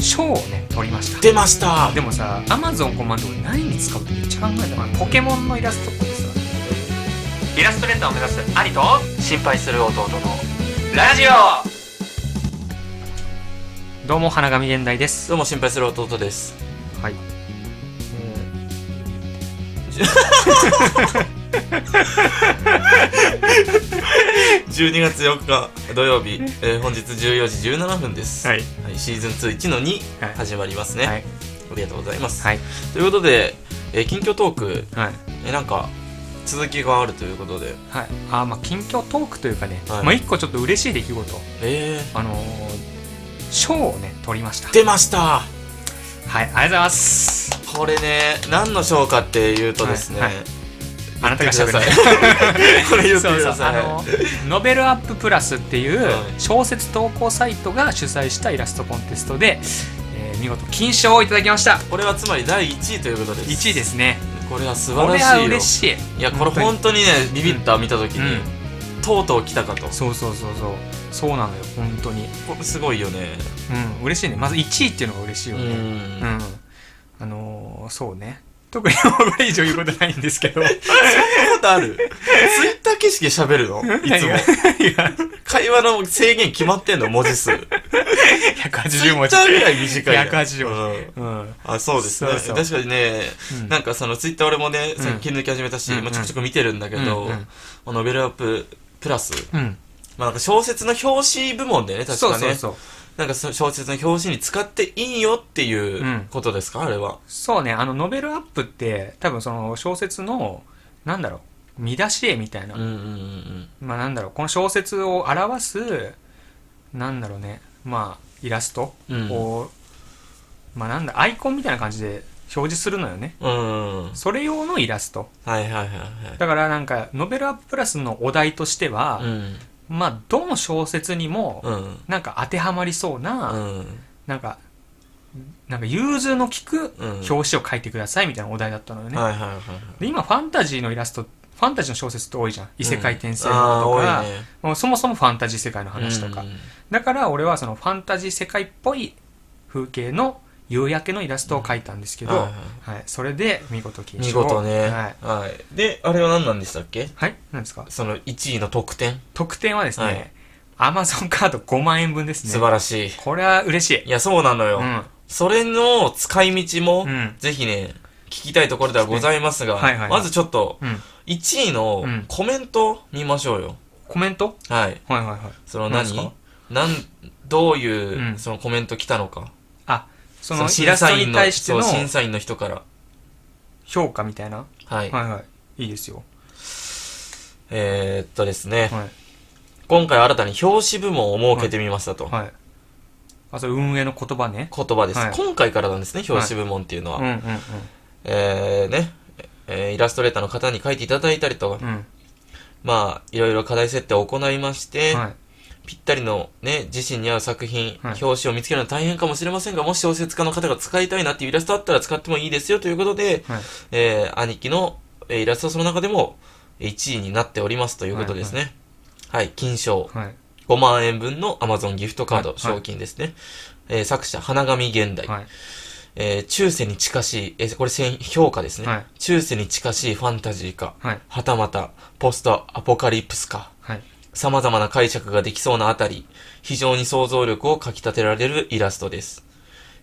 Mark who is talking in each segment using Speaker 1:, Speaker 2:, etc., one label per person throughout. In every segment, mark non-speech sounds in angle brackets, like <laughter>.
Speaker 1: 賞をね取りました
Speaker 2: 出ました
Speaker 1: でもさアマゾンコマンド俺何に使うってめっちゃ考えたなポケモンのイラストっぽいさイラストレーターを目指す兄と
Speaker 2: 心配する弟の
Speaker 1: ラジオどうも花神現代です
Speaker 2: どうも心配する弟です
Speaker 1: はい
Speaker 2: 12月4日土曜日、えー本日14時17分です、
Speaker 1: はい
Speaker 2: はいシーズン21の2、
Speaker 1: はい
Speaker 2: 始まりますね、
Speaker 1: はい
Speaker 2: ありがとうございます、
Speaker 1: はい
Speaker 2: ということで、えー近況トーク、
Speaker 1: はい
Speaker 2: えーなんか続きがあるということで
Speaker 1: はいあーまあ近況トークというかね、
Speaker 2: はい
Speaker 1: まあ一個ちょっと嬉しい出来事
Speaker 2: えー
Speaker 1: あのー賞をね取りました
Speaker 2: 出ました
Speaker 1: はいありがとうございます
Speaker 2: これね何の賞かっていうとですね、
Speaker 1: はいはいあなたがし
Speaker 2: 言
Speaker 1: ゃ
Speaker 2: って
Speaker 1: べ
Speaker 2: くだ
Speaker 1: る
Speaker 2: さい <laughs> これ言ってください
Speaker 1: そうそうあのノベルアッププラスっていう
Speaker 2: はい
Speaker 1: 小説投稿サイトが主催したイラストコンテストで、えー見事金賞をいただきました
Speaker 2: これはつまり第1位ということです
Speaker 1: 1位ですね
Speaker 2: これは素
Speaker 1: こ
Speaker 2: 晴
Speaker 1: れ
Speaker 2: ら
Speaker 1: は
Speaker 2: しいよ
Speaker 1: 嬉しい
Speaker 2: いやこれ本当にねビビった見た時に、とうとう来たかと
Speaker 1: そうそうそうそうそうなのよ本当に
Speaker 2: これすごいよね
Speaker 1: うん嬉しいねまず1位っていうのが嬉しいうよね
Speaker 2: ん
Speaker 1: うん、あのーそうね特にこれ以上言うことないんですけ
Speaker 2: <laughs>
Speaker 1: どい
Speaker 2: ことあるツイッター景色で喋るのいつも
Speaker 1: や
Speaker 2: 会話の制限決まってんの文字数
Speaker 1: 180文字
Speaker 2: ツイッターぐらい短いやん
Speaker 1: 180文
Speaker 2: うん
Speaker 1: 字うん
Speaker 2: あそうですね
Speaker 1: そうそう
Speaker 2: 確かにね、
Speaker 1: うん
Speaker 2: なんかそのツイッター俺もね
Speaker 1: うん
Speaker 2: 最近抜き始めたし、
Speaker 1: うん
Speaker 2: まあ、ちょくちょく見てるんだけど、
Speaker 1: うんうん
Speaker 2: まあノベルアッププラス、
Speaker 1: うん
Speaker 2: まあ、なんか小説の表紙部門でね確
Speaker 1: そう
Speaker 2: かね
Speaker 1: そうそう
Speaker 2: なんかその小説の表紙に使っていいよっていううんことですか、あれは
Speaker 1: そうね、あの、ノベルアップって、多分その小説の、なんだろう、見出し絵みたいな、
Speaker 2: うんうんうんうん
Speaker 1: まあなんだろう、この小説を表す、なんだろうね、まあ、イラスト
Speaker 2: うん
Speaker 1: を、まあなんだ、アイコンみたいな感じで表示するのよね。
Speaker 2: うんうん
Speaker 1: それ用のイラスト。
Speaker 2: はいはいはい
Speaker 1: だからなんか、ノベルアッププラスのお題として
Speaker 2: はい。
Speaker 1: は、
Speaker 2: ん。
Speaker 1: まあ、どの小説にも、
Speaker 2: うん。
Speaker 1: なんか当てはまりそうな、
Speaker 2: うん。
Speaker 1: なんか、なんか融通の利く
Speaker 2: うん
Speaker 1: 表紙を書いてくださいみたいなお題だったのよね。
Speaker 2: はいはいはい。
Speaker 1: で今ファンタジーのイラストファンタジーの小説って多いじゃん異世界転生ものと
Speaker 2: あ
Speaker 1: か、
Speaker 2: あー、多いね。
Speaker 1: もうそもそもファンタジー世界の話とか、
Speaker 2: うん
Speaker 1: だから俺はそのファンタジー世界っぽい風景の夕焼けのイラストを描いたんですけど、
Speaker 2: はい
Speaker 1: はいそれで見事金
Speaker 2: 見
Speaker 1: 賞を
Speaker 2: 事ね。
Speaker 1: はい、
Speaker 2: はい。で、あれは何なんでしたっけ
Speaker 1: はい、なんですか
Speaker 2: その1位の得点。
Speaker 1: 特典はですね、
Speaker 2: は
Speaker 1: Amazon
Speaker 2: い
Speaker 1: カード5万円分ですね
Speaker 2: 素晴らしい。
Speaker 1: これは嬉しい
Speaker 2: いや、そうなの
Speaker 1: う
Speaker 2: よ。
Speaker 1: ん
Speaker 2: それの使い道も
Speaker 1: うん、
Speaker 2: ぜひね、聞きたいところではございますが
Speaker 1: はいはいは、い
Speaker 2: まずちょっと、
Speaker 1: うん
Speaker 2: 1位の
Speaker 1: うん
Speaker 2: コメント見ましょうよ。
Speaker 1: コメント
Speaker 2: はい。
Speaker 1: はいはいはい
Speaker 2: その
Speaker 1: 何です
Speaker 2: 何
Speaker 1: か
Speaker 2: なん、どう
Speaker 1: う
Speaker 2: い
Speaker 1: ん
Speaker 2: う、そのコメント来たのか。
Speaker 1: あそ
Speaker 2: そ
Speaker 1: の
Speaker 2: の
Speaker 1: イラストに対しての
Speaker 2: そう審査員の人から。
Speaker 1: 評価みたいな
Speaker 2: はい。
Speaker 1: はいはいいいですよ、
Speaker 2: えー、っとですね、
Speaker 1: はい
Speaker 2: 今回新たに表紙部門を設けてみましたと。
Speaker 1: はい。あ、それ運営の言葉ね。
Speaker 2: 言葉です、
Speaker 1: はい
Speaker 2: 今回からなんですね、表紙部門っていうのは。
Speaker 1: うんうんうん。
Speaker 2: えー、ね、えーイラストレーターの方に書いていただいたりとか、
Speaker 1: うん。
Speaker 2: まあ、いろいろ課題設定を行いまして、
Speaker 1: はい。
Speaker 2: ぴったりのね、自身に合う作品、
Speaker 1: はい
Speaker 2: 表紙を見つけるのは大変かもしれませんが、もし小説家の方が使いたいなっていうイラストあったら使ってもいいですよということで、
Speaker 1: はい。
Speaker 2: えー、兄貴の、えーイラストはその中でも1位になっておりますということですね。はい、金賞。
Speaker 1: はい。
Speaker 2: 5万円分の Amazon ギフトカード、
Speaker 1: はい
Speaker 2: 賞金ですね。えー作者、花紙現代。
Speaker 1: はい。
Speaker 2: えー中世に近しい、えーこれせん評価ですね、
Speaker 1: はい
Speaker 2: 中世に近しいファンタジーか、
Speaker 1: はい。
Speaker 2: はたまたポストアポカリプスか、
Speaker 1: はい。
Speaker 2: 様々な解釈ができそうなあたり、非常に想像力をかき立てられるイラストです。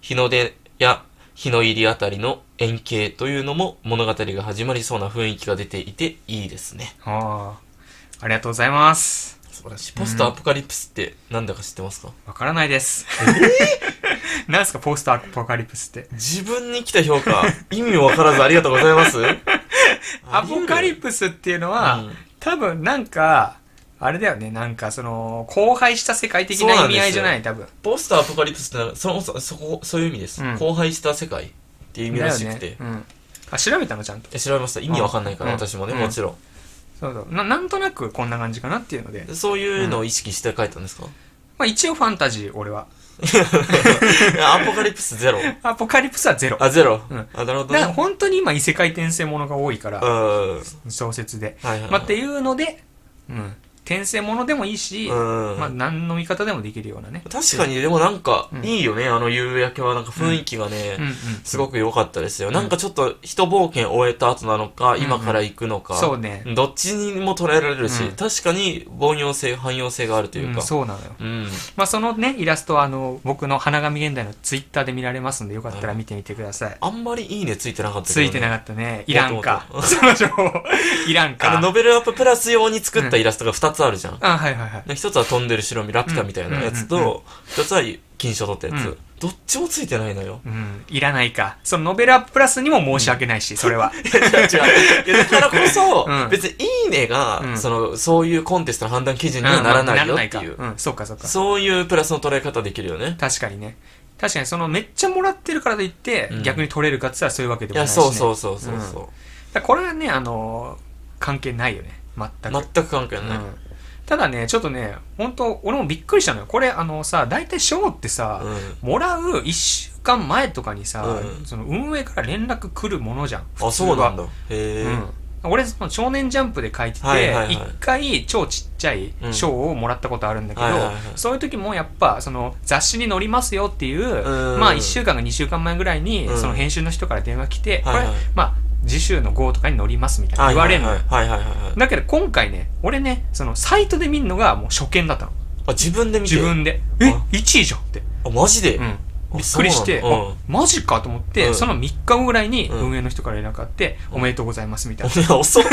Speaker 2: 日の出や日の入りあたりの円形というのも物語が始まりそうな雰囲気が出ていていいですね。
Speaker 1: ああ。ありがとうございます。
Speaker 2: 素晴らしい。ポストアポカリプスってなんだか知ってますか、
Speaker 1: わからないです。え <laughs> なんすか、ポストアポカリプスって。
Speaker 2: 自分に来た評価、意味もわからずありがとうござい <laughs> ます。
Speaker 1: アポカリ
Speaker 2: プ
Speaker 1: プスっていうのは、
Speaker 2: うん
Speaker 1: 多分なんか、あれだよね、なんかその、荒廃した世界的
Speaker 2: そう
Speaker 1: な
Speaker 2: な
Speaker 1: 意
Speaker 2: んです
Speaker 1: 味
Speaker 2: よ
Speaker 1: 合いじゃない、多分。
Speaker 2: ポスターアポカリプスってのはそのそそこそういう意味です、
Speaker 1: うん
Speaker 2: 荒廃した世界っていう意味
Speaker 1: だ
Speaker 2: ら
Speaker 1: よ
Speaker 2: しくて、
Speaker 1: ね。うん。あ、調べたのちゃんと。
Speaker 2: え調べました意味わかんないか
Speaker 1: う
Speaker 2: ら、
Speaker 1: ん
Speaker 2: 私もね、
Speaker 1: うん
Speaker 2: もちろ
Speaker 1: そうそう。ななんとなくこんな感じかなっていうので。
Speaker 2: んそういうのを意識して書いたんですか、
Speaker 1: まあ一応ファンタジー、俺は。
Speaker 2: <laughs> アポカリプスゼロ
Speaker 1: アポカリプスはゼロ。
Speaker 2: あゼロ、
Speaker 1: うん
Speaker 2: あなるほど
Speaker 1: だから
Speaker 2: ね
Speaker 1: 本当に今異世界転生ものが多いか
Speaker 2: うん
Speaker 1: ら、
Speaker 2: は
Speaker 1: 小説で
Speaker 2: い、はいはい
Speaker 1: まあ、っていうので、うん、転生ものでもいいし、
Speaker 2: うん
Speaker 1: まあ何の見方でもできるようなね
Speaker 2: 確かにでもなんか
Speaker 1: うん
Speaker 2: いいよね、あの夕焼けはなんか雰囲気がね、
Speaker 1: うんうん
Speaker 2: すごく良かったですよ、なんかちょっと一冒険終えた後なのか、
Speaker 1: うん
Speaker 2: 今から行くのか
Speaker 1: そうね
Speaker 2: どっちにも捉えられるし、
Speaker 1: うん
Speaker 2: 確かに凡庸性汎用性があるというか、
Speaker 1: うんそうなのよ
Speaker 2: うん
Speaker 1: まあそのねイラストはあの僕の花紙現代のツイッターで見られますんでよかったら見てみてください、
Speaker 2: あんまりいいねついてなかったけど
Speaker 1: つ
Speaker 2: ね、
Speaker 1: いてなかったねい
Speaker 2: いや
Speaker 1: ら
Speaker 2: でも
Speaker 1: んかその情報 <laughs> いらん
Speaker 2: あ
Speaker 1: か
Speaker 2: のノベルアッププラス用に作ったイラストが2つあるじゃん、
Speaker 1: あはいはいはい
Speaker 2: で一つは飛んでる白身ラピュタみたいなやつ
Speaker 1: うんうんうん
Speaker 2: と一つは金賞取ったやつ、
Speaker 1: うん
Speaker 2: どっちもついてないのよ <laughs>
Speaker 1: うんいらないかそのノベルアッププラスにも申し訳ないし、それは
Speaker 2: 違う違ういやだからこそ、
Speaker 1: うん
Speaker 2: 別に「いいねが」
Speaker 1: うん
Speaker 2: そのそういうコンテストの判断基準にはならないよっていう、
Speaker 1: うんまあならなかうん、そうかそうか
Speaker 2: そういうプラスの捉え方できるよね
Speaker 1: 確かにね確かにそのめっちゃもらってるからといって、
Speaker 2: うん
Speaker 1: 逆に取れるかっつったらそういうわけでも
Speaker 2: い
Speaker 1: な
Speaker 2: や
Speaker 1: いし、ね、
Speaker 2: そうそうそうそう
Speaker 1: う
Speaker 2: そ
Speaker 1: だからこれはねあのー関係ないよね全
Speaker 2: う、
Speaker 1: く
Speaker 2: 全く関係ない、
Speaker 1: うんただねちょっとね本当俺もびっくりしたのよこれあのさ大体賞ってさ、
Speaker 2: うん
Speaker 1: もらう1週間前とかにさ、
Speaker 2: うん
Speaker 1: その運営から連絡来るものじゃん普通は
Speaker 2: あそうなんだへえ、
Speaker 1: うん、俺その少年ジャンプで書いてて、一
Speaker 2: はいはいはい
Speaker 1: 回超ちっちゃい賞をもらったことあるんだけど、
Speaker 2: うんはいはいはい
Speaker 1: そういう時もやっぱその雑誌に載りますよっていう、
Speaker 2: うん
Speaker 1: まあ1週間か2週間前ぐらいに、
Speaker 2: うん
Speaker 1: その編集の人から電話来て、
Speaker 2: はいはい
Speaker 1: これまあ次週の号とかに載りますみたいな
Speaker 2: はい
Speaker 1: 言われるのよ、
Speaker 2: はいはいはいはいはい
Speaker 1: だけど今回ね俺ねそのサイトで見るのがもう初見だったの
Speaker 2: あ自分で見て
Speaker 1: 自分でえ
Speaker 2: あ
Speaker 1: 1位じゃんって、
Speaker 2: あマジで、
Speaker 1: う
Speaker 2: あ
Speaker 1: んびっくりして、
Speaker 2: そうなんだ
Speaker 1: あマジかと思って、
Speaker 2: うん
Speaker 1: その3日後ぐらいに
Speaker 2: うん
Speaker 1: 運営の人から連絡あって、おめでとうございますみたいな、
Speaker 2: うんい
Speaker 1: <laughs>
Speaker 2: や遅い
Speaker 1: あ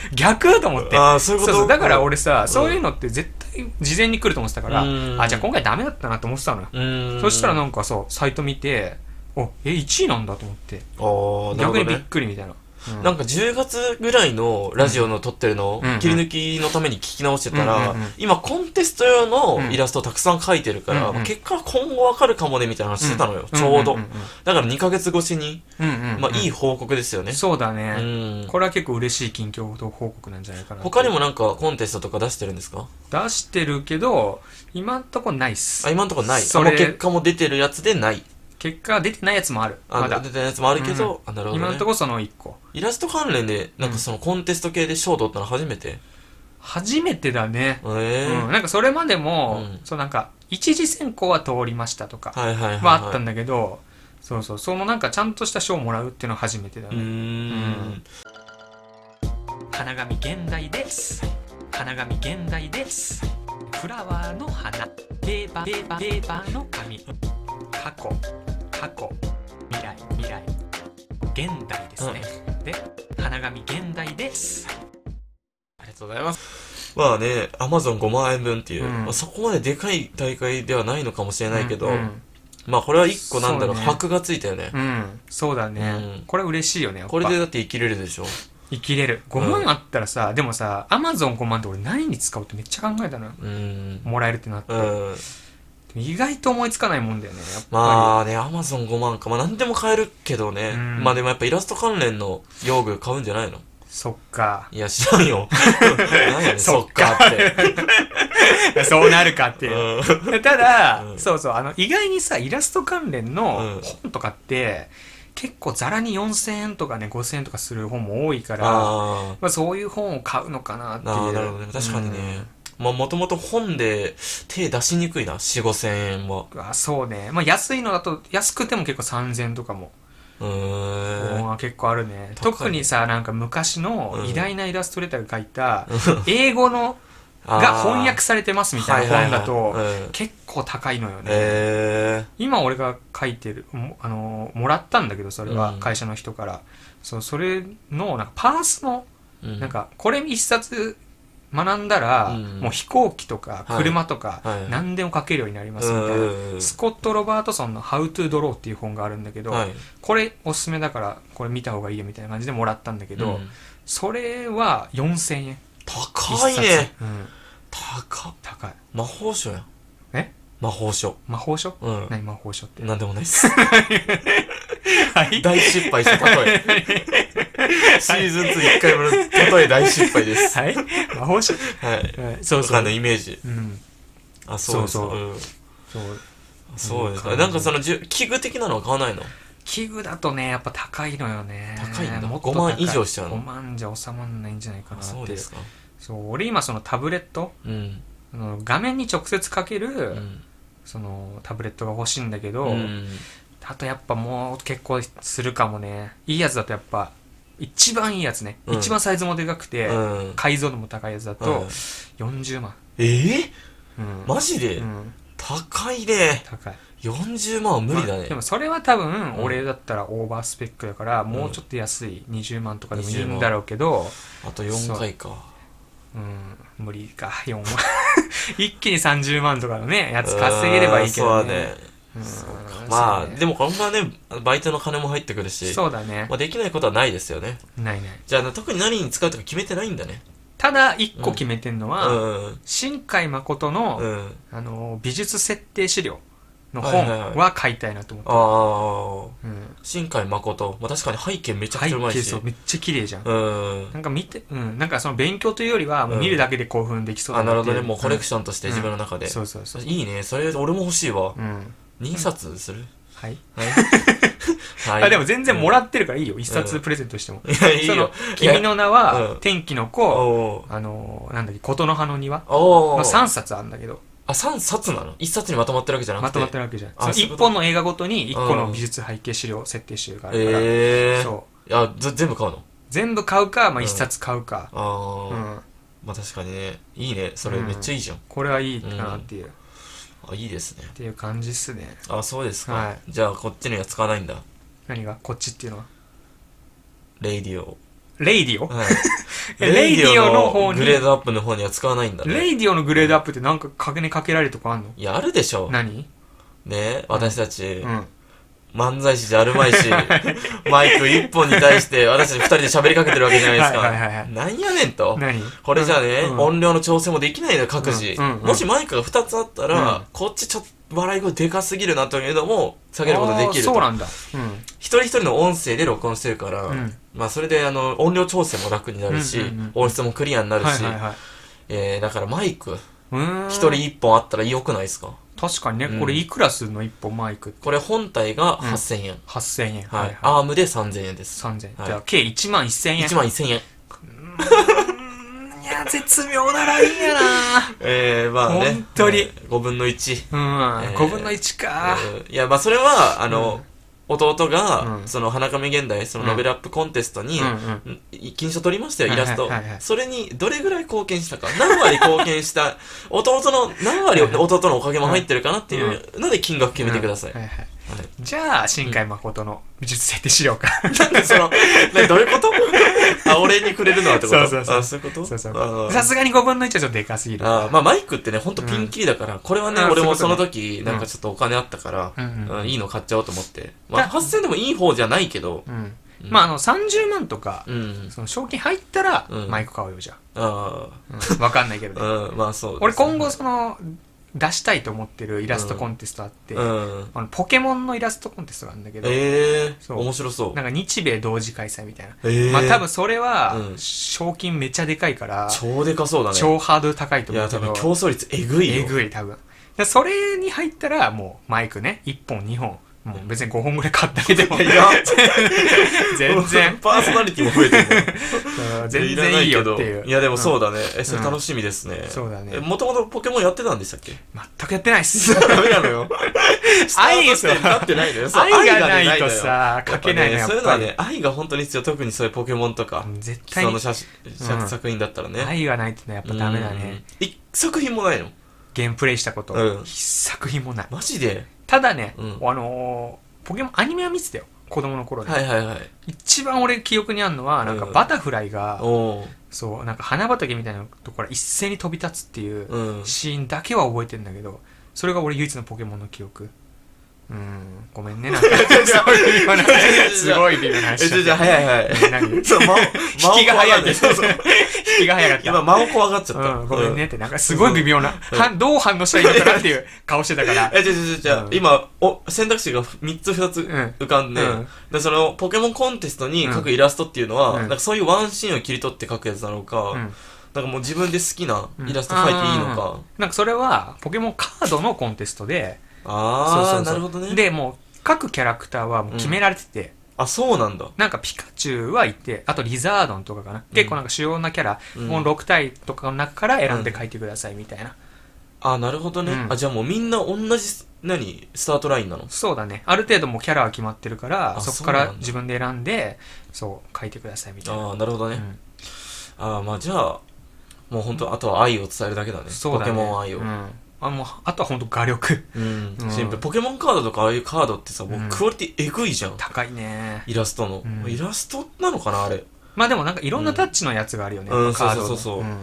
Speaker 1: <laughs> 逆と思って
Speaker 2: あーそういうこと
Speaker 1: そうそうだから俺さ、
Speaker 2: うん
Speaker 1: そういうのって絶対事前に来ると思ってたから、
Speaker 2: うん
Speaker 1: あじゃあ今回ダメだったなと思ってたのよ、
Speaker 2: うん
Speaker 1: そしたらなんかそうサイト見ておえ1位なんだと思って
Speaker 2: あーなるほ
Speaker 1: 逆
Speaker 2: ど
Speaker 1: にびっ
Speaker 2: ね
Speaker 1: くりみたいな、うん
Speaker 2: なんか10月ぐらいのラジオの撮ってるのを
Speaker 1: うん
Speaker 2: 切り抜きのために聞き直してたら、
Speaker 1: うんうんうん
Speaker 2: 今コンテスト用のイラストをたくさん描いてるから、
Speaker 1: うんうん
Speaker 2: 結果は今後わかるかもねみたいな話してたのよ、ちょうど、
Speaker 1: んん
Speaker 2: だから2ヶ月越しに、
Speaker 1: うんうんうん
Speaker 2: まあいい報告ですよね、
Speaker 1: そうだ
Speaker 2: う
Speaker 1: ね、
Speaker 2: ん、
Speaker 1: これは結構嬉しい近況報告なんじゃないかな
Speaker 2: 他にもなんかコンテストとか出してるんですか
Speaker 1: 出してるけど今んとこないっす
Speaker 2: あ今のところない
Speaker 1: そ
Speaker 2: あ
Speaker 1: れ
Speaker 2: もう結果も出てるやつでない
Speaker 1: 結果出てないやつもある
Speaker 2: あ
Speaker 1: まだ
Speaker 2: 出てるやつもあるけど、あなるほど、ね、
Speaker 1: 今んとこその1個
Speaker 2: イラスト関連でなんかそのコンテスト系で賞取ったの初めて、
Speaker 1: 初めてだね
Speaker 2: ええ
Speaker 1: うん、なんかそれまでも、
Speaker 2: うん
Speaker 1: そうなんか一次選考は通りましたとか
Speaker 2: はいはいはい、はい、
Speaker 1: はあったんだけど、そうそうそのなんかちゃんとした賞をもらうっていうのは初めてだ
Speaker 2: う
Speaker 1: ね、
Speaker 2: ーん
Speaker 1: 花紙現代です花紙現代ですフラワーの花ペーパーペーパーペーパーの紙過去過去未来未来現代ですね、で花紙現代です
Speaker 2: ありがとうございます。まあね、アマゾン5万円分っていう、
Speaker 1: うん
Speaker 2: まあ、そこまででかい大会ではないのかもしれないけど、
Speaker 1: うん
Speaker 2: まあこれは一個なんだろう、
Speaker 1: そうね
Speaker 2: 箔がついたよね。
Speaker 1: うんそうだね、
Speaker 2: うん
Speaker 1: これ嬉しいよねやっぱ
Speaker 2: これでだって生きれるでしょ。
Speaker 1: 生きれる5万あったらさ、でもさアマゾン5万って俺何に使おうってめっちゃ考えたのよ
Speaker 2: うーん。
Speaker 1: もらえるってなって、
Speaker 2: うん。
Speaker 1: 意外と思いつかないもんだよねやっぱり、
Speaker 2: まあね、アマゾン5万か。まあ何でも買えるけどね。
Speaker 1: うん
Speaker 2: まあでもやっぱイラスト関連の用具買うんじゃないの
Speaker 1: そっか <laughs>
Speaker 2: いや、知らんよ。何やねん、そっかって。
Speaker 1: そうなるかっていう
Speaker 2: う
Speaker 1: ただ、
Speaker 2: うん
Speaker 1: そうそうあの意外にさイラスト関連
Speaker 2: う
Speaker 1: の
Speaker 2: ん
Speaker 1: 本とかって、結構ざらに4000円とかね5000円とかする本も多いから
Speaker 2: あ
Speaker 1: まあ、そういう本を買うのかなって
Speaker 2: あ。
Speaker 1: いう
Speaker 2: ああ、なるほどね。確かにね。まあもともと本で手出しにくいな。4、5千円は。
Speaker 1: うんあそうねまあ安いのだと安くても結構3000円とかも
Speaker 2: うーん。
Speaker 1: おー結構あるね
Speaker 2: 高いね
Speaker 1: 特にさなんか昔の
Speaker 2: うん
Speaker 1: 偉大なイラストレーターが書いた英語のが
Speaker 2: あー
Speaker 1: 翻訳されてますみたいな本だ
Speaker 2: はいはい
Speaker 1: と
Speaker 2: はいうん
Speaker 1: 結構高いのよね
Speaker 2: え
Speaker 1: 今俺が書いてるもあのーもらったんだけどそれは
Speaker 2: うん
Speaker 1: 会社の人からそうそれのなんかパースの
Speaker 2: ーうん
Speaker 1: なんかこれ一冊学んだら
Speaker 2: うん
Speaker 1: もう飛行機とか車とか
Speaker 2: はいはい
Speaker 1: 何でも書けるようになります
Speaker 2: う
Speaker 1: みたい
Speaker 2: んうんう
Speaker 1: なんスコット・ロバートソンの「How to Draw」っていう本があるんだけど、
Speaker 2: はい
Speaker 1: これおすすめだからこれ見た方がいいよみたいな感じでもらったんだけど、
Speaker 2: うん
Speaker 1: それは4000円
Speaker 2: 高いね、
Speaker 1: 一冊うん、
Speaker 2: 高っ
Speaker 1: 高い
Speaker 2: 魔法書やん
Speaker 1: え
Speaker 2: 魔法書
Speaker 1: 魔法書、
Speaker 2: うん
Speaker 1: 何魔法書って
Speaker 2: なんでもないっす
Speaker 1: <laughs> はい
Speaker 2: 大失敗した例えシーズン21回目の例え大失敗です
Speaker 1: はい魔法
Speaker 2: <laughs>
Speaker 1: 書、
Speaker 2: はい
Speaker 1: うんそう
Speaker 2: 僕
Speaker 1: そ
Speaker 2: ら
Speaker 1: う
Speaker 2: のイメージ
Speaker 1: うん
Speaker 2: あそうです
Speaker 1: そうそうんそう
Speaker 2: そうです
Speaker 1: う
Speaker 2: か
Speaker 1: ん
Speaker 2: なんかそのじゅ器具的なのは買わないの
Speaker 1: 器具だとねやっぱ高いのよね
Speaker 2: 高いんだ
Speaker 1: もっと
Speaker 2: 5万以上しちゃうの
Speaker 1: 5万じゃ収まんないんじゃないか
Speaker 2: あ
Speaker 1: なって
Speaker 2: そうですか
Speaker 1: そう俺今そのタブレット
Speaker 2: うん
Speaker 1: あの画面に直接かける、
Speaker 2: うん
Speaker 1: そのタブレットが欲しいんだけど、
Speaker 2: うん
Speaker 1: あとやっぱもう結構するかもねいいやつだとやっぱ一番いいやつね、
Speaker 2: うん
Speaker 1: 一番サイズもでかくて、
Speaker 2: うん
Speaker 1: 解像度も高いやつだ
Speaker 2: う
Speaker 1: と
Speaker 2: ん
Speaker 1: 40万、
Speaker 2: ええ
Speaker 1: うん
Speaker 2: マジで、
Speaker 1: うん
Speaker 2: 高いね
Speaker 1: 高い
Speaker 2: 40万は無理だ
Speaker 1: まあ
Speaker 2: ね、
Speaker 1: でもそれは多
Speaker 2: う
Speaker 1: 分
Speaker 2: ん
Speaker 1: 俺だったらオーバースペックだから、もうちょっと安い20万とかでもいいんだろうけど、
Speaker 2: あと4回か
Speaker 1: うん、無理か4万 <laughs> 一気に30万とかのねやつ稼げればいいけどね
Speaker 2: う
Speaker 1: うんん
Speaker 2: そうだね
Speaker 1: そう
Speaker 2: まあ
Speaker 1: ね
Speaker 2: でもこのままねバイトの金も入ってくるし、
Speaker 1: そうだね
Speaker 2: まあ、できないことはないですよね
Speaker 1: ないない
Speaker 2: じゃあ特に何に使うとか決めてないんだね
Speaker 1: ただ一個決めてんの
Speaker 2: う
Speaker 1: は、
Speaker 2: ん
Speaker 1: 新海誠の、
Speaker 2: うん
Speaker 1: あの美術設定資料の
Speaker 2: はいはいはい
Speaker 1: 本は買いたいなと思って、
Speaker 2: ああ
Speaker 1: うん
Speaker 2: 新海誠、まあ、確かに背景めちゃくちゃうまい
Speaker 1: 背景
Speaker 2: し
Speaker 1: そうめっちゃ綺麗じゃん、
Speaker 2: うん
Speaker 1: なんか見て、うん、なんかその勉強というよりはもう見るだけで興奮できそう
Speaker 2: あ
Speaker 1: だ
Speaker 2: なるほ
Speaker 1: ってい
Speaker 2: どねもうコレク
Speaker 1: シ
Speaker 2: ションとして
Speaker 1: うん
Speaker 2: 自分の中で、
Speaker 1: そうそうそう
Speaker 2: いいねそれ俺も欲しいわ、
Speaker 1: うん
Speaker 2: 2冊する
Speaker 1: はい、 <laughs>
Speaker 2: はいは
Speaker 1: あでも全然もら
Speaker 2: っ
Speaker 1: ってるからいいよ一冊プレゼントしても、
Speaker 2: いや <laughs> いい
Speaker 1: その
Speaker 2: よ
Speaker 1: 「君の名
Speaker 2: う
Speaker 1: は
Speaker 2: ん
Speaker 1: 天気の
Speaker 2: お
Speaker 1: 子」
Speaker 2: ー
Speaker 1: あのなんだっけ「琴の葉の庭」
Speaker 2: お
Speaker 1: の
Speaker 2: ー
Speaker 1: 3冊あるんだけど
Speaker 2: あ三冊なの一冊にまとまってるわけじゃなくて
Speaker 1: まとまってるわけじゃん
Speaker 2: あ
Speaker 1: その
Speaker 2: そういうこ
Speaker 1: 1
Speaker 2: と
Speaker 1: 本の映画ごとに1個の美術背景資料設定資料があるから、
Speaker 2: ええー、
Speaker 1: そう
Speaker 2: いやぜ全部買うの
Speaker 1: 全部買うか、ま
Speaker 2: う
Speaker 1: あ、
Speaker 2: ん
Speaker 1: 1冊買うか、
Speaker 2: あ
Speaker 1: う
Speaker 2: あ、
Speaker 1: ん、
Speaker 2: まあ確かにねいいねそれ
Speaker 1: うん
Speaker 2: めっちゃいいじゃん、
Speaker 1: これはいいかなっていう、っ
Speaker 2: あいいですね
Speaker 1: ていう感じっすね
Speaker 2: あそうですか、
Speaker 1: はい
Speaker 2: じゃあこっちには使わないんだ
Speaker 1: 何がこっちっていうのは
Speaker 2: レイディオ、
Speaker 1: レイディオ
Speaker 2: はい、
Speaker 1: え <laughs> レイディオの方に
Speaker 2: グレードアップの方には使わないんだね
Speaker 1: レイディオのグレードアップってなんか金かけられるとこあんの
Speaker 2: いやあるでしょ
Speaker 1: 何
Speaker 2: ね私たち、
Speaker 1: うん
Speaker 2: 漫才師じゃあるま
Speaker 1: <laughs>
Speaker 2: いしマイク一本に対して私たち二人で喋りかけてるわけじゃないですか、
Speaker 1: はいはいはいはい
Speaker 2: なんやねんと
Speaker 1: 何
Speaker 2: これじゃあね、
Speaker 1: うん
Speaker 2: 音量の調整もできないのよ各自、
Speaker 1: うんうんうん
Speaker 2: もしマイクが2つあったら、
Speaker 1: うん
Speaker 2: こっちちょっと笑い声でかすぎるなというのも下げることできる
Speaker 1: あーそう
Speaker 2: と
Speaker 1: なんだう
Speaker 2: 一人一人の音声で録音してるから、
Speaker 1: うん
Speaker 2: まあそれであの音量調整も楽になるし、
Speaker 1: うんうんうん
Speaker 2: 音質もクリアになる
Speaker 1: んはい
Speaker 2: し、
Speaker 1: はいはい
Speaker 2: えー、だからマイク
Speaker 1: うーん
Speaker 2: 一人一本あったら良くないですか
Speaker 1: 確かにね、
Speaker 2: うん
Speaker 1: これいくらするの1本マイク
Speaker 2: これ本体が8000円、
Speaker 1: 8000円
Speaker 2: はい
Speaker 1: あ
Speaker 2: アームで3000円です
Speaker 1: 3000円、
Speaker 2: はい
Speaker 1: じゃあ計1万1000円
Speaker 2: 1万1000円
Speaker 1: いや絶妙なライン
Speaker 2: <laughs>
Speaker 1: やな
Speaker 2: えー、まあね
Speaker 1: 本当に
Speaker 2: 5分の1、
Speaker 1: うん、
Speaker 2: えー
Speaker 1: 5分の1か、
Speaker 2: うんいやまあそれはあの、弟が、
Speaker 1: うん
Speaker 2: その花亀現代そのノベルアップコンテストに、
Speaker 1: うんうん
Speaker 2: い金賞取りましたよ、イラスト、
Speaker 1: はいはいはいはい
Speaker 2: それにどれぐらい貢献したか何割貢献した <laughs> 弟の何割弟のおかげも入ってるかなっていうので金額決めてください、
Speaker 1: うんはいはい
Speaker 2: はい
Speaker 1: じゃあ新海誠の美術設定資料か、
Speaker 2: なんでそのねどういうこと <laughs> あ俺にくれるのはってこと
Speaker 1: そうそうそう
Speaker 2: あそういうこと
Speaker 1: そうそう
Speaker 2: あー
Speaker 1: さすがに5分の1はちょっとでかすぎる
Speaker 2: あーまあマイクってねほんとピンキリだから、これはね
Speaker 1: あー
Speaker 2: 俺もそ
Speaker 1: そうい
Speaker 2: の
Speaker 1: うこと
Speaker 2: 時なんかちょっとお金あったから、
Speaker 1: うんうん
Speaker 2: うんいいの買っちゃおうと思って、まあ、
Speaker 1: だ
Speaker 2: 8000でもいい方じゃないけど
Speaker 1: うんまああの30万とか、
Speaker 2: うん
Speaker 1: その賞金入ったら
Speaker 2: うん
Speaker 1: マイク買おうよじゃ
Speaker 2: あ
Speaker 1: あ、うん、わかんないけどね
Speaker 2: あうんまあそう
Speaker 1: <laughs> 俺今後その出したいと思ってるイラストコンテストあって、
Speaker 2: うん
Speaker 1: あのポケモンのイラストコンテストがあるんだけど、
Speaker 2: ええ
Speaker 1: そう
Speaker 2: 面白そう
Speaker 1: なんか日米同時開催みたいな、
Speaker 2: ええ
Speaker 1: まあ多分それは
Speaker 2: うん
Speaker 1: 賞金めっちゃでかいから、
Speaker 2: 超でかそうだね
Speaker 1: 超ハードル高いと
Speaker 2: い
Speaker 1: 思
Speaker 2: や
Speaker 1: うけ
Speaker 2: 多
Speaker 1: ど
Speaker 2: 分競争率えぐいよ
Speaker 1: えぐい多分でそれに入ったらもうマイクね1本2本もう別に5本ぐらい買ってあげても
Speaker 2: いや
Speaker 1: 全然
Speaker 2: パーソナリティも増えて <laughs> るね
Speaker 1: うん全然いいよっていう
Speaker 2: いやでもそう
Speaker 1: だ、
Speaker 2: だねえそれ楽しみですね
Speaker 1: んそうだね
Speaker 2: もともとポケモンやってたんでしたっ
Speaker 1: <laughs>
Speaker 2: け
Speaker 1: ん全くやってないっす
Speaker 2: ダメなのよ
Speaker 1: 愛が
Speaker 2: <laughs> スタート地点に立ってないのよそう
Speaker 1: 愛が
Speaker 2: ね
Speaker 1: ないと
Speaker 2: のよ
Speaker 1: さ
Speaker 2: やっ
Speaker 1: 書
Speaker 2: ぱ
Speaker 1: けないの
Speaker 2: ね
Speaker 1: や
Speaker 2: そうい
Speaker 1: っ
Speaker 2: うのは
Speaker 1: ぱり
Speaker 2: ね愛が本当に必要特にそういうポケモンとか
Speaker 1: うん絶
Speaker 2: 基
Speaker 1: 対
Speaker 2: 礎
Speaker 1: に
Speaker 2: の写真
Speaker 1: うん
Speaker 2: 作品だったらね
Speaker 1: 愛がないってのはやっぱダメだ
Speaker 2: うん
Speaker 1: ね
Speaker 2: 一作品もないの
Speaker 1: ゲームプレイしたこと、
Speaker 2: うん
Speaker 1: 一作品もない
Speaker 2: マジで
Speaker 1: ただね、
Speaker 2: うん
Speaker 1: あのーポケモンアニメは見てたよ子供の頃で、
Speaker 2: はいはいはい
Speaker 1: 一番俺記憶にあるのはなんか
Speaker 2: うん
Speaker 1: バタフライが、
Speaker 2: おー
Speaker 1: そうなんか花畑みたいなところから一斉に飛び立つっていう
Speaker 2: うん
Speaker 1: シーンだけは覚えてんだけどそれが俺唯一のポケモンの記憶うんごめんね
Speaker 2: <laughs>
Speaker 1: なんかそういうようなすごい微妙な
Speaker 2: え
Speaker 1: 話し
Speaker 2: じ
Speaker 1: ち
Speaker 2: ゃ
Speaker 1: ゃ
Speaker 2: あ
Speaker 1: っ
Speaker 2: じゃあ
Speaker 1: た
Speaker 2: 早い早い
Speaker 1: 何
Speaker 2: <laughs> そう間を
Speaker 1: <laughs> 引きが早い
Speaker 2: 間を怖がる
Speaker 1: ね
Speaker 2: そうそう
Speaker 1: 引きが早か
Speaker 2: 今
Speaker 1: っ、
Speaker 2: 間を怖がっちゃった
Speaker 1: <laughs>
Speaker 2: た、
Speaker 1: うん、ごめんねってなんかすごい微妙な、はんどう反応したらいいのかなっていう顔してたから
Speaker 2: <laughs> え、じゃじゃじゃ
Speaker 1: うん
Speaker 2: 今、お、選択肢が3つ2つ
Speaker 1: ん
Speaker 2: 浮かんで
Speaker 1: うん、
Speaker 2: で、その、ポケモンコンテストに
Speaker 1: うん
Speaker 2: 描くイラストっていうのは、
Speaker 1: うん
Speaker 2: なんかそういうワンシーンを切り取って描くやつなのか、
Speaker 1: う
Speaker 2: なん
Speaker 1: ん
Speaker 2: かもう自分で好きなイラスト描いていいのか。
Speaker 1: なんかそれはポケモンカードのコンテストで
Speaker 2: あー、
Speaker 1: そうそうそう
Speaker 2: なるほどね。
Speaker 1: でもう各キャラクターはもう決められてて、
Speaker 2: あ、そうなんだ。
Speaker 1: なんかピカチュウはいて、あとリザードンとかかな。結構なんか主要なキャラ、
Speaker 2: うん
Speaker 1: もう6体とかの中から選んで書いてくださいみたいな。
Speaker 2: あ、なるほどね。
Speaker 1: うん
Speaker 2: あ、じゃあもうみんな同じ、何スタートラインなの
Speaker 1: そうだね。ある程度もうキャラは決まってるから、
Speaker 2: あ
Speaker 1: そこか
Speaker 2: そうなん
Speaker 1: ら
Speaker 2: だ
Speaker 1: 自分で選んで、そう、書いてくださいみたいな。
Speaker 2: ああ、なるほどね。
Speaker 1: うん
Speaker 2: ああ、まあじゃあ、もう本当あとは愛を伝えるだけだね。
Speaker 1: そうだね。
Speaker 2: ポケモン愛を。
Speaker 1: うんあもうあとは本当画力。
Speaker 2: うん
Speaker 1: うん
Speaker 2: シンプルポケモンカードとかああいうカードってさ、もううんクオリティえぐいじゃん。
Speaker 1: 高いね。
Speaker 2: イラストの、
Speaker 1: うん
Speaker 2: イラストなのかなあれ。い
Speaker 1: まあでもなんかいろんなタッチのやつがあるよね。
Speaker 2: うん
Speaker 1: カードの
Speaker 2: そうそうそうそうん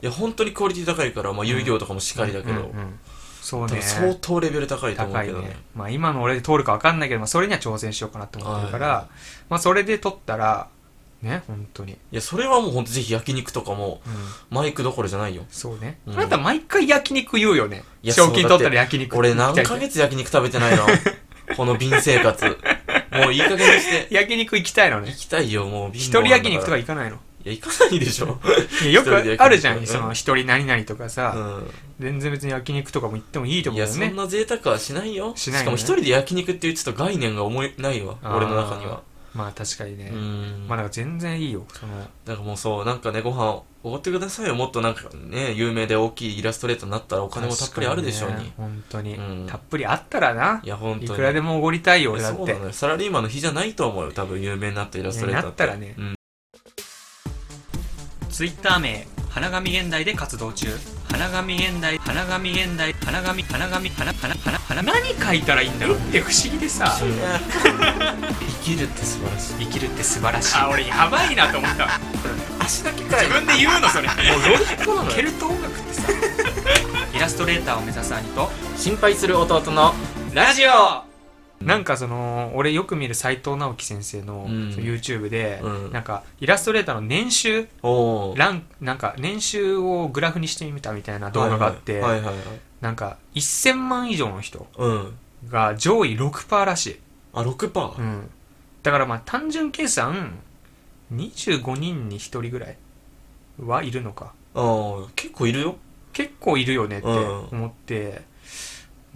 Speaker 2: や、本当にクオリティ高いから、まあ遊戯王とかもしっかりだけど、
Speaker 1: うんうんうんそう
Speaker 2: 多
Speaker 1: ね
Speaker 2: 分。相当レベル高いと思う
Speaker 1: 高
Speaker 2: け
Speaker 1: い
Speaker 2: どね。
Speaker 1: ね。まあ今の俺で通るか分かんないけど、まあそれには挑戦しようかなと思ってるから、
Speaker 2: は
Speaker 1: まあそれで取ったら、ね、本当に。
Speaker 2: いや、それはもう本当ぜひ焼肉とかも、
Speaker 1: うん
Speaker 2: マイクどころじゃないよ。
Speaker 1: そうね。
Speaker 2: うん
Speaker 1: あなた毎回焼肉言うよね。
Speaker 2: いや
Speaker 1: 賞金取
Speaker 2: そうだ
Speaker 1: っ
Speaker 2: って
Speaker 1: たら焼肉。
Speaker 2: 俺何ヶ月焼肉食べて
Speaker 1: <laughs>
Speaker 2: ないのこの瓶生活。もういい加減にして。
Speaker 1: 焼肉行きたいのね
Speaker 2: 行。きたいよ、もう
Speaker 1: 一
Speaker 2: 貧
Speaker 1: 人
Speaker 2: 乏なんだ
Speaker 1: 焼肉と
Speaker 2: ら
Speaker 1: か行かないの。
Speaker 2: いや、行かないでしょ。
Speaker 1: いやよ
Speaker 2: 一人で焼
Speaker 1: く
Speaker 2: 肉
Speaker 1: あるじゃ。
Speaker 2: うんん
Speaker 1: その一人何々とか
Speaker 2: う
Speaker 1: さ、
Speaker 2: ん。
Speaker 1: 全然別に焼肉とかも行ってもいいと
Speaker 2: い
Speaker 1: 思う
Speaker 2: や、
Speaker 1: よ
Speaker 2: そん
Speaker 1: ね。
Speaker 2: な贅沢はしないよ。
Speaker 1: しないよね
Speaker 2: しかも一人で焼肉っていうちょっと概念が重いないわ、
Speaker 1: あー
Speaker 2: 俺の中には。
Speaker 1: まあ確かに
Speaker 2: う
Speaker 1: ね。
Speaker 2: ん。
Speaker 1: まあ
Speaker 2: だ
Speaker 1: なんか全然いいよ。その、
Speaker 2: からもうそう、なんかね、ご飯おごってくださいよ。もっとなんかね、有名で大きいイラストレーターになったらお金もたっぷりあるでしょう
Speaker 1: 確か
Speaker 2: に
Speaker 1: ね。本当に
Speaker 2: うん。
Speaker 1: たっぷりあったらな。
Speaker 2: いや、本当
Speaker 1: い
Speaker 2: に。
Speaker 1: くらでもおごりたいよ、
Speaker 2: い
Speaker 1: 俺
Speaker 2: や
Speaker 1: だ
Speaker 2: そ
Speaker 1: っ
Speaker 2: うな
Speaker 1: て
Speaker 2: の。よサラリーマンの日じゃないと思うよ多分有名になったイラストレーター
Speaker 1: ねなったらね
Speaker 2: うん
Speaker 1: ツイッター名花紙現代で活動中花紙現代花紙現代花紙花紙花花花花何書いたらいいんだろうって不思議でさ
Speaker 2: 生きるって素晴らしい
Speaker 1: 生きるって素晴らしいあ俺やばいなと思
Speaker 2: <laughs>
Speaker 1: った
Speaker 2: 足だけか
Speaker 1: 自分で言うのそれ
Speaker 2: ロジックなのよ
Speaker 1: ケルト音楽って
Speaker 2: <laughs>
Speaker 1: さイラストレーターを目指す兄と
Speaker 2: 心配する弟の
Speaker 1: ラジオなんかその俺よく見る斎藤直樹先生の
Speaker 2: うん
Speaker 1: YouTube で、
Speaker 2: うん
Speaker 1: なんかイラストレーターの年収
Speaker 2: おお
Speaker 1: ランなんか年収をグラフにしてみたみたいな動画があって、
Speaker 2: はいはいはい
Speaker 1: なんか1000万以上の人
Speaker 2: うん
Speaker 1: が上位6%らしい、
Speaker 2: あ6パー
Speaker 1: うん、だからまあ単純計算25人に1人ぐらいはいるのか
Speaker 2: ああ結構いるよ
Speaker 1: 結構いるよねって
Speaker 2: うん
Speaker 1: 思って、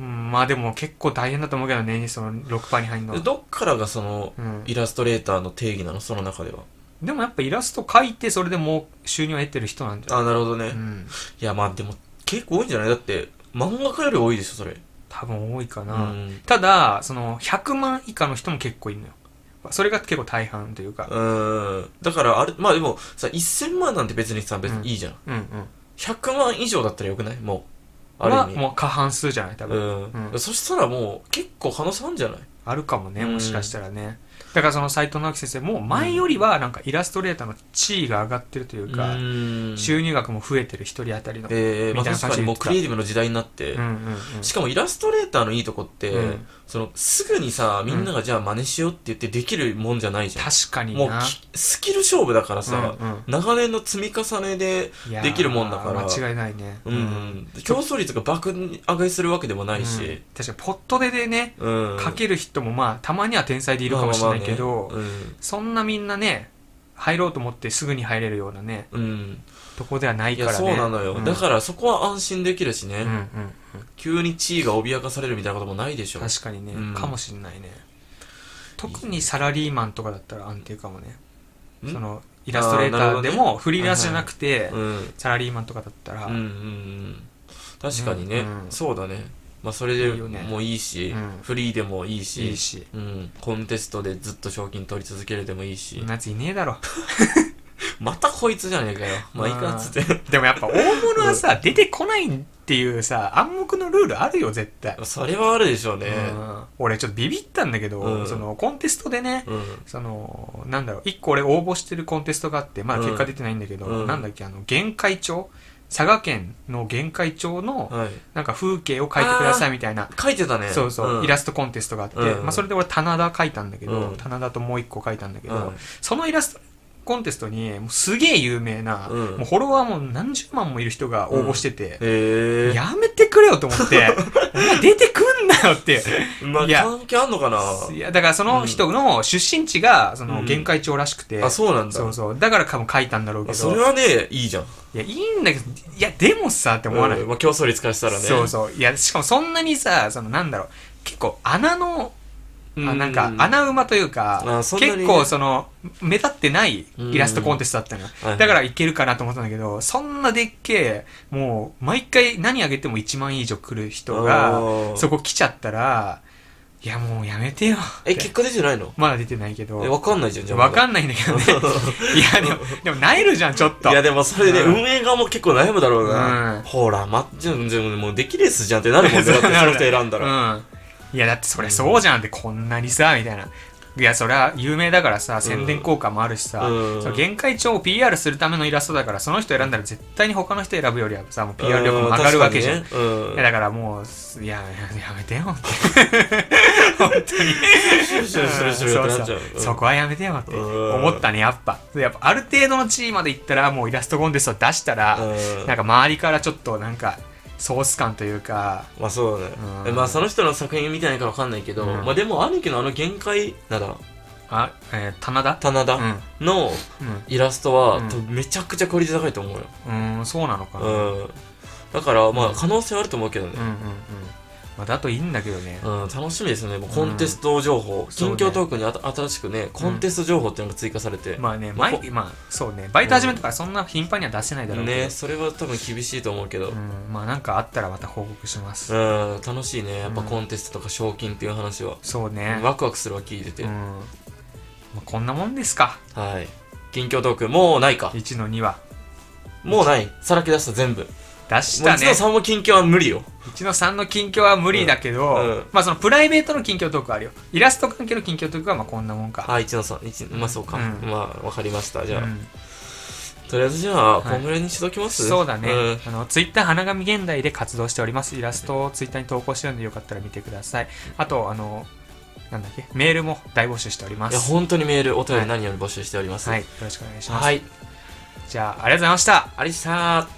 Speaker 1: うん、まあでも結構大変だと思うけどねその6%に入るの
Speaker 2: で
Speaker 1: は、
Speaker 2: どっからがその
Speaker 1: うん、
Speaker 2: イラストレーターの定義なのその中では
Speaker 1: でもやっぱイラスト描いてそれでもう収入を得てる人なんじゃない
Speaker 2: あなるほどね、
Speaker 1: う
Speaker 2: い
Speaker 1: ん、
Speaker 2: やまあでも結構多いんじゃないだって漫画家より多いでしょそれ
Speaker 1: 多分多いか
Speaker 2: う
Speaker 1: な、
Speaker 2: ん
Speaker 1: ただその100万以下の人も結構いるのよそれが結構大半というか、
Speaker 2: うんだからあれまあでもさ1000万なんて別にさ別
Speaker 1: うん
Speaker 2: にいいじゃん
Speaker 1: うんうん、
Speaker 2: 100万以上だったらよくないもうあ
Speaker 1: は
Speaker 2: る意味
Speaker 1: もう過半数じゃない多分、
Speaker 2: うん、
Speaker 1: うん
Speaker 2: そしたらもう結構可能性あるんじゃない
Speaker 1: あるかもね
Speaker 2: うん
Speaker 1: もしかしたらね、だからその斎藤直樹先生も前よりはなんかイラストレーターの地位が上がってるというか、
Speaker 2: ん
Speaker 1: 収入額も増えてる一人当たりの、
Speaker 2: えーま
Speaker 1: みた
Speaker 2: あ、
Speaker 1: いな感じで言
Speaker 2: 確かにも
Speaker 1: っ
Speaker 2: う
Speaker 1: てた
Speaker 2: クリエイティブの時代になって、
Speaker 1: うんうんうん
Speaker 2: しかもイラストレーターのいいとこって、
Speaker 1: うん
Speaker 2: そのすぐにさみんながじゃあ真似しようって言ってできるもんじゃないじゃん、
Speaker 1: 確かにな
Speaker 2: もうきスキル勝負だからさ、
Speaker 1: うんうん
Speaker 2: 長年の積み重ねで、
Speaker 1: いやー
Speaker 2: できるもんだから
Speaker 1: 間違いないね
Speaker 2: うん競争率が爆上がりするわけでもない
Speaker 1: うん
Speaker 2: し、
Speaker 1: 確かにポットででね
Speaker 2: うん
Speaker 1: 書ける人もまあたまには天才でいるかもしれないけど、
Speaker 2: まあまあね
Speaker 1: そんなみんなね入ろうと思ってすぐに入れるようなね
Speaker 2: うん、うん
Speaker 1: とこではない
Speaker 2: い
Speaker 1: か
Speaker 2: や、
Speaker 1: らね
Speaker 2: そうなのよ、
Speaker 1: うん
Speaker 2: だからそこは安心できるしね、
Speaker 1: うんうん
Speaker 2: 急に地位が脅かされるみたいなこともないでしょ
Speaker 1: 確かにね、
Speaker 2: うん
Speaker 1: かもしんないね特にサラリーマンとかだったら安定かもね
Speaker 2: ん
Speaker 1: そのイラストレーターで
Speaker 2: あーなるほど
Speaker 1: もフリーランスじゃなくて
Speaker 2: うん、うん
Speaker 1: サラリーマンとかだったら、
Speaker 2: うんうん確かにね、
Speaker 1: うんうん
Speaker 2: そうだねまあそれで
Speaker 1: いいよね
Speaker 2: もいいし
Speaker 1: うん
Speaker 2: フリーでもいいし
Speaker 1: いいし
Speaker 2: うん、コンテストでずっと賞金取り続けるでもいいし、
Speaker 1: そんなやついねえだろ
Speaker 2: またこいつじゃねえかよまあいいかっつって
Speaker 1: でもやっぱ大物はさ出てこないっていうさ暗黙のルールあるよ絶対、
Speaker 2: それはあるでしょうね
Speaker 1: うん俺ちょっとビビったんだけど、
Speaker 2: うん
Speaker 1: そのコンテストでね、
Speaker 2: うん、
Speaker 1: そのなんだろう一個俺応募してるコンテストがあってまだ結果出てないんだけど、
Speaker 2: うん
Speaker 1: なんだっけあの玄海町佐賀県の玄海町の
Speaker 2: はい
Speaker 1: なんか風景を描いてくださいみたいな
Speaker 2: 書いてたね
Speaker 1: そうそう、
Speaker 2: ん
Speaker 1: イラストコンテストがあって、
Speaker 2: うん
Speaker 1: まあ、それで俺棚田描いたんだけど、
Speaker 2: うん
Speaker 1: 棚田ともう一個描いたんだけど、
Speaker 2: うん
Speaker 1: そのイラストコンテストにもうすげえ有名な、
Speaker 2: うん
Speaker 1: もうフォロワーも何十万もいる人が応募してて、
Speaker 2: へえ
Speaker 1: やめてくれよと思って、
Speaker 2: <laughs>
Speaker 1: お前出てくんなよって。
Speaker 2: まあ
Speaker 1: いや
Speaker 2: 関係あんのかない
Speaker 1: や、だからその人の出身地が、その、
Speaker 2: うん
Speaker 1: 玄海町らしくて。
Speaker 2: あそうなんだ
Speaker 1: そうそう。だから多分書いたんだろうけ
Speaker 2: あそれ
Speaker 1: ど。
Speaker 2: はねいいじゃん
Speaker 1: いや、いいんだけど、いや、でもさ、って思わない。
Speaker 2: うんまあ、競争率からしたらね
Speaker 1: そうそう。いや、しかもそんなにさ、その、なんだろう、結構穴の、あなんか
Speaker 2: うん
Speaker 1: 穴馬というか
Speaker 2: あそんなにね
Speaker 1: 結構その目立ってないイラストコンテストだったのよ
Speaker 2: はいはい
Speaker 1: だからいけるかなと思ったんだけどそんなでっけえもう毎回何あげても1万以上来る人が
Speaker 2: あー
Speaker 1: そこ来ちゃったらいやもうやめてよって
Speaker 2: え、結果出てないの
Speaker 1: まだ出てないけど
Speaker 2: え、わかんないじゃん、じゃあ。
Speaker 1: わか
Speaker 2: ん
Speaker 1: んないんだけど
Speaker 2: <laughs>
Speaker 1: ねいやでもでもなえるじゃんちょっと
Speaker 2: いや、でもそれで
Speaker 1: うん
Speaker 2: 運営側も結構悩むだろう
Speaker 1: うん
Speaker 2: な。ほら、ま、じゃん、じゃん、もうできレースじゃんってな
Speaker 1: <laughs>
Speaker 2: るもんね。だってそ
Speaker 1: なる
Speaker 2: の人選んだら。
Speaker 1: うんいやだってそれそうじゃんってこんなにさみたいないやそりゃ有名だからさ宣伝効果もあるしさ、
Speaker 2: うん
Speaker 1: その限界帳を PR するためのイラストだからその人選んだら絶対に他の人選ぶよりはさもう PR 力も上がるわけじゃん、
Speaker 2: うん確かにね
Speaker 1: い
Speaker 2: うん
Speaker 1: やだからもういやややめてよって
Speaker 2: <laughs> するするするってなっちゃう。
Speaker 1: そうそうそこはやめてよって
Speaker 2: うん
Speaker 1: 思ったねやっぱやっぱある程度の地位まで行ったらもうイラストコンテスト出したら、
Speaker 2: うん
Speaker 1: なんか周りからちょっとなんかソース感というか
Speaker 2: まあそうだね
Speaker 1: うん。
Speaker 2: まあその人の作品見てないからわかんないけど、
Speaker 1: うん
Speaker 2: まあでも兄貴のあの限界、なんだ、
Speaker 1: あ、えー、棚田
Speaker 2: 棚
Speaker 1: う
Speaker 2: 田
Speaker 1: ん
Speaker 2: の
Speaker 1: うん
Speaker 2: イラストは、
Speaker 1: うん
Speaker 2: 多分めちゃくちゃクオリティ高いと思うよ。
Speaker 1: うーんそうなのかな、うん、うん
Speaker 2: うん。だから、まあ可能性はあると思うけどね
Speaker 1: うん。うんまあだといいんだけどね、
Speaker 2: うん、楽しみですね。もうコンテスト情報、
Speaker 1: そうね
Speaker 2: 近況トークにあた新しくね、コンテスト情報っていうのが追加されて、
Speaker 1: まあね
Speaker 2: まあ
Speaker 1: 毎まあそうねバイト始めたからそんな頻繁には出せないだろうけど、
Speaker 2: ね、それは多分厳しいと思うけど、
Speaker 1: うん、まあなんかあったらまた報告します、
Speaker 2: うん、楽しいね。やっぱ
Speaker 1: うん
Speaker 2: コンテストとか賞金っていう話は、
Speaker 1: そうね
Speaker 2: ワクワクするわ、聞いてて。
Speaker 1: うんまあ、こんなもんですか
Speaker 2: はい。近況トーク、もうないか。
Speaker 1: 1の2は
Speaker 2: もうない。さらけ出した全部。
Speaker 1: 出した
Speaker 2: もう
Speaker 1: ね
Speaker 2: 一度3も近況は無理よ。
Speaker 1: 1の3の近況は無理だけど、
Speaker 2: うんうん
Speaker 1: まあそのプライベートの近況トークはあるよイラスト関係の近況トークはまあこんなもんか
Speaker 2: あ、一の三一まあそうか。
Speaker 1: うん
Speaker 2: まあ、わかりました。じゃあ、
Speaker 1: うん
Speaker 2: とりあえずじゃ
Speaker 1: は
Speaker 2: あ、
Speaker 1: い
Speaker 2: こんぐらいにしときます
Speaker 1: そうだね、
Speaker 2: ん
Speaker 1: あのツイッター花紙現代で活動しておりますイラストをツイッターに投稿してるのでよかったら見てくださいあとあのなんだっけメールも大募集しておりま
Speaker 2: いや、
Speaker 1: す
Speaker 2: 本当にメール、お便り何より募集しております。
Speaker 1: はいよろしくお願いします、
Speaker 2: はい。
Speaker 1: じゃあありがとうございました
Speaker 2: ありさー。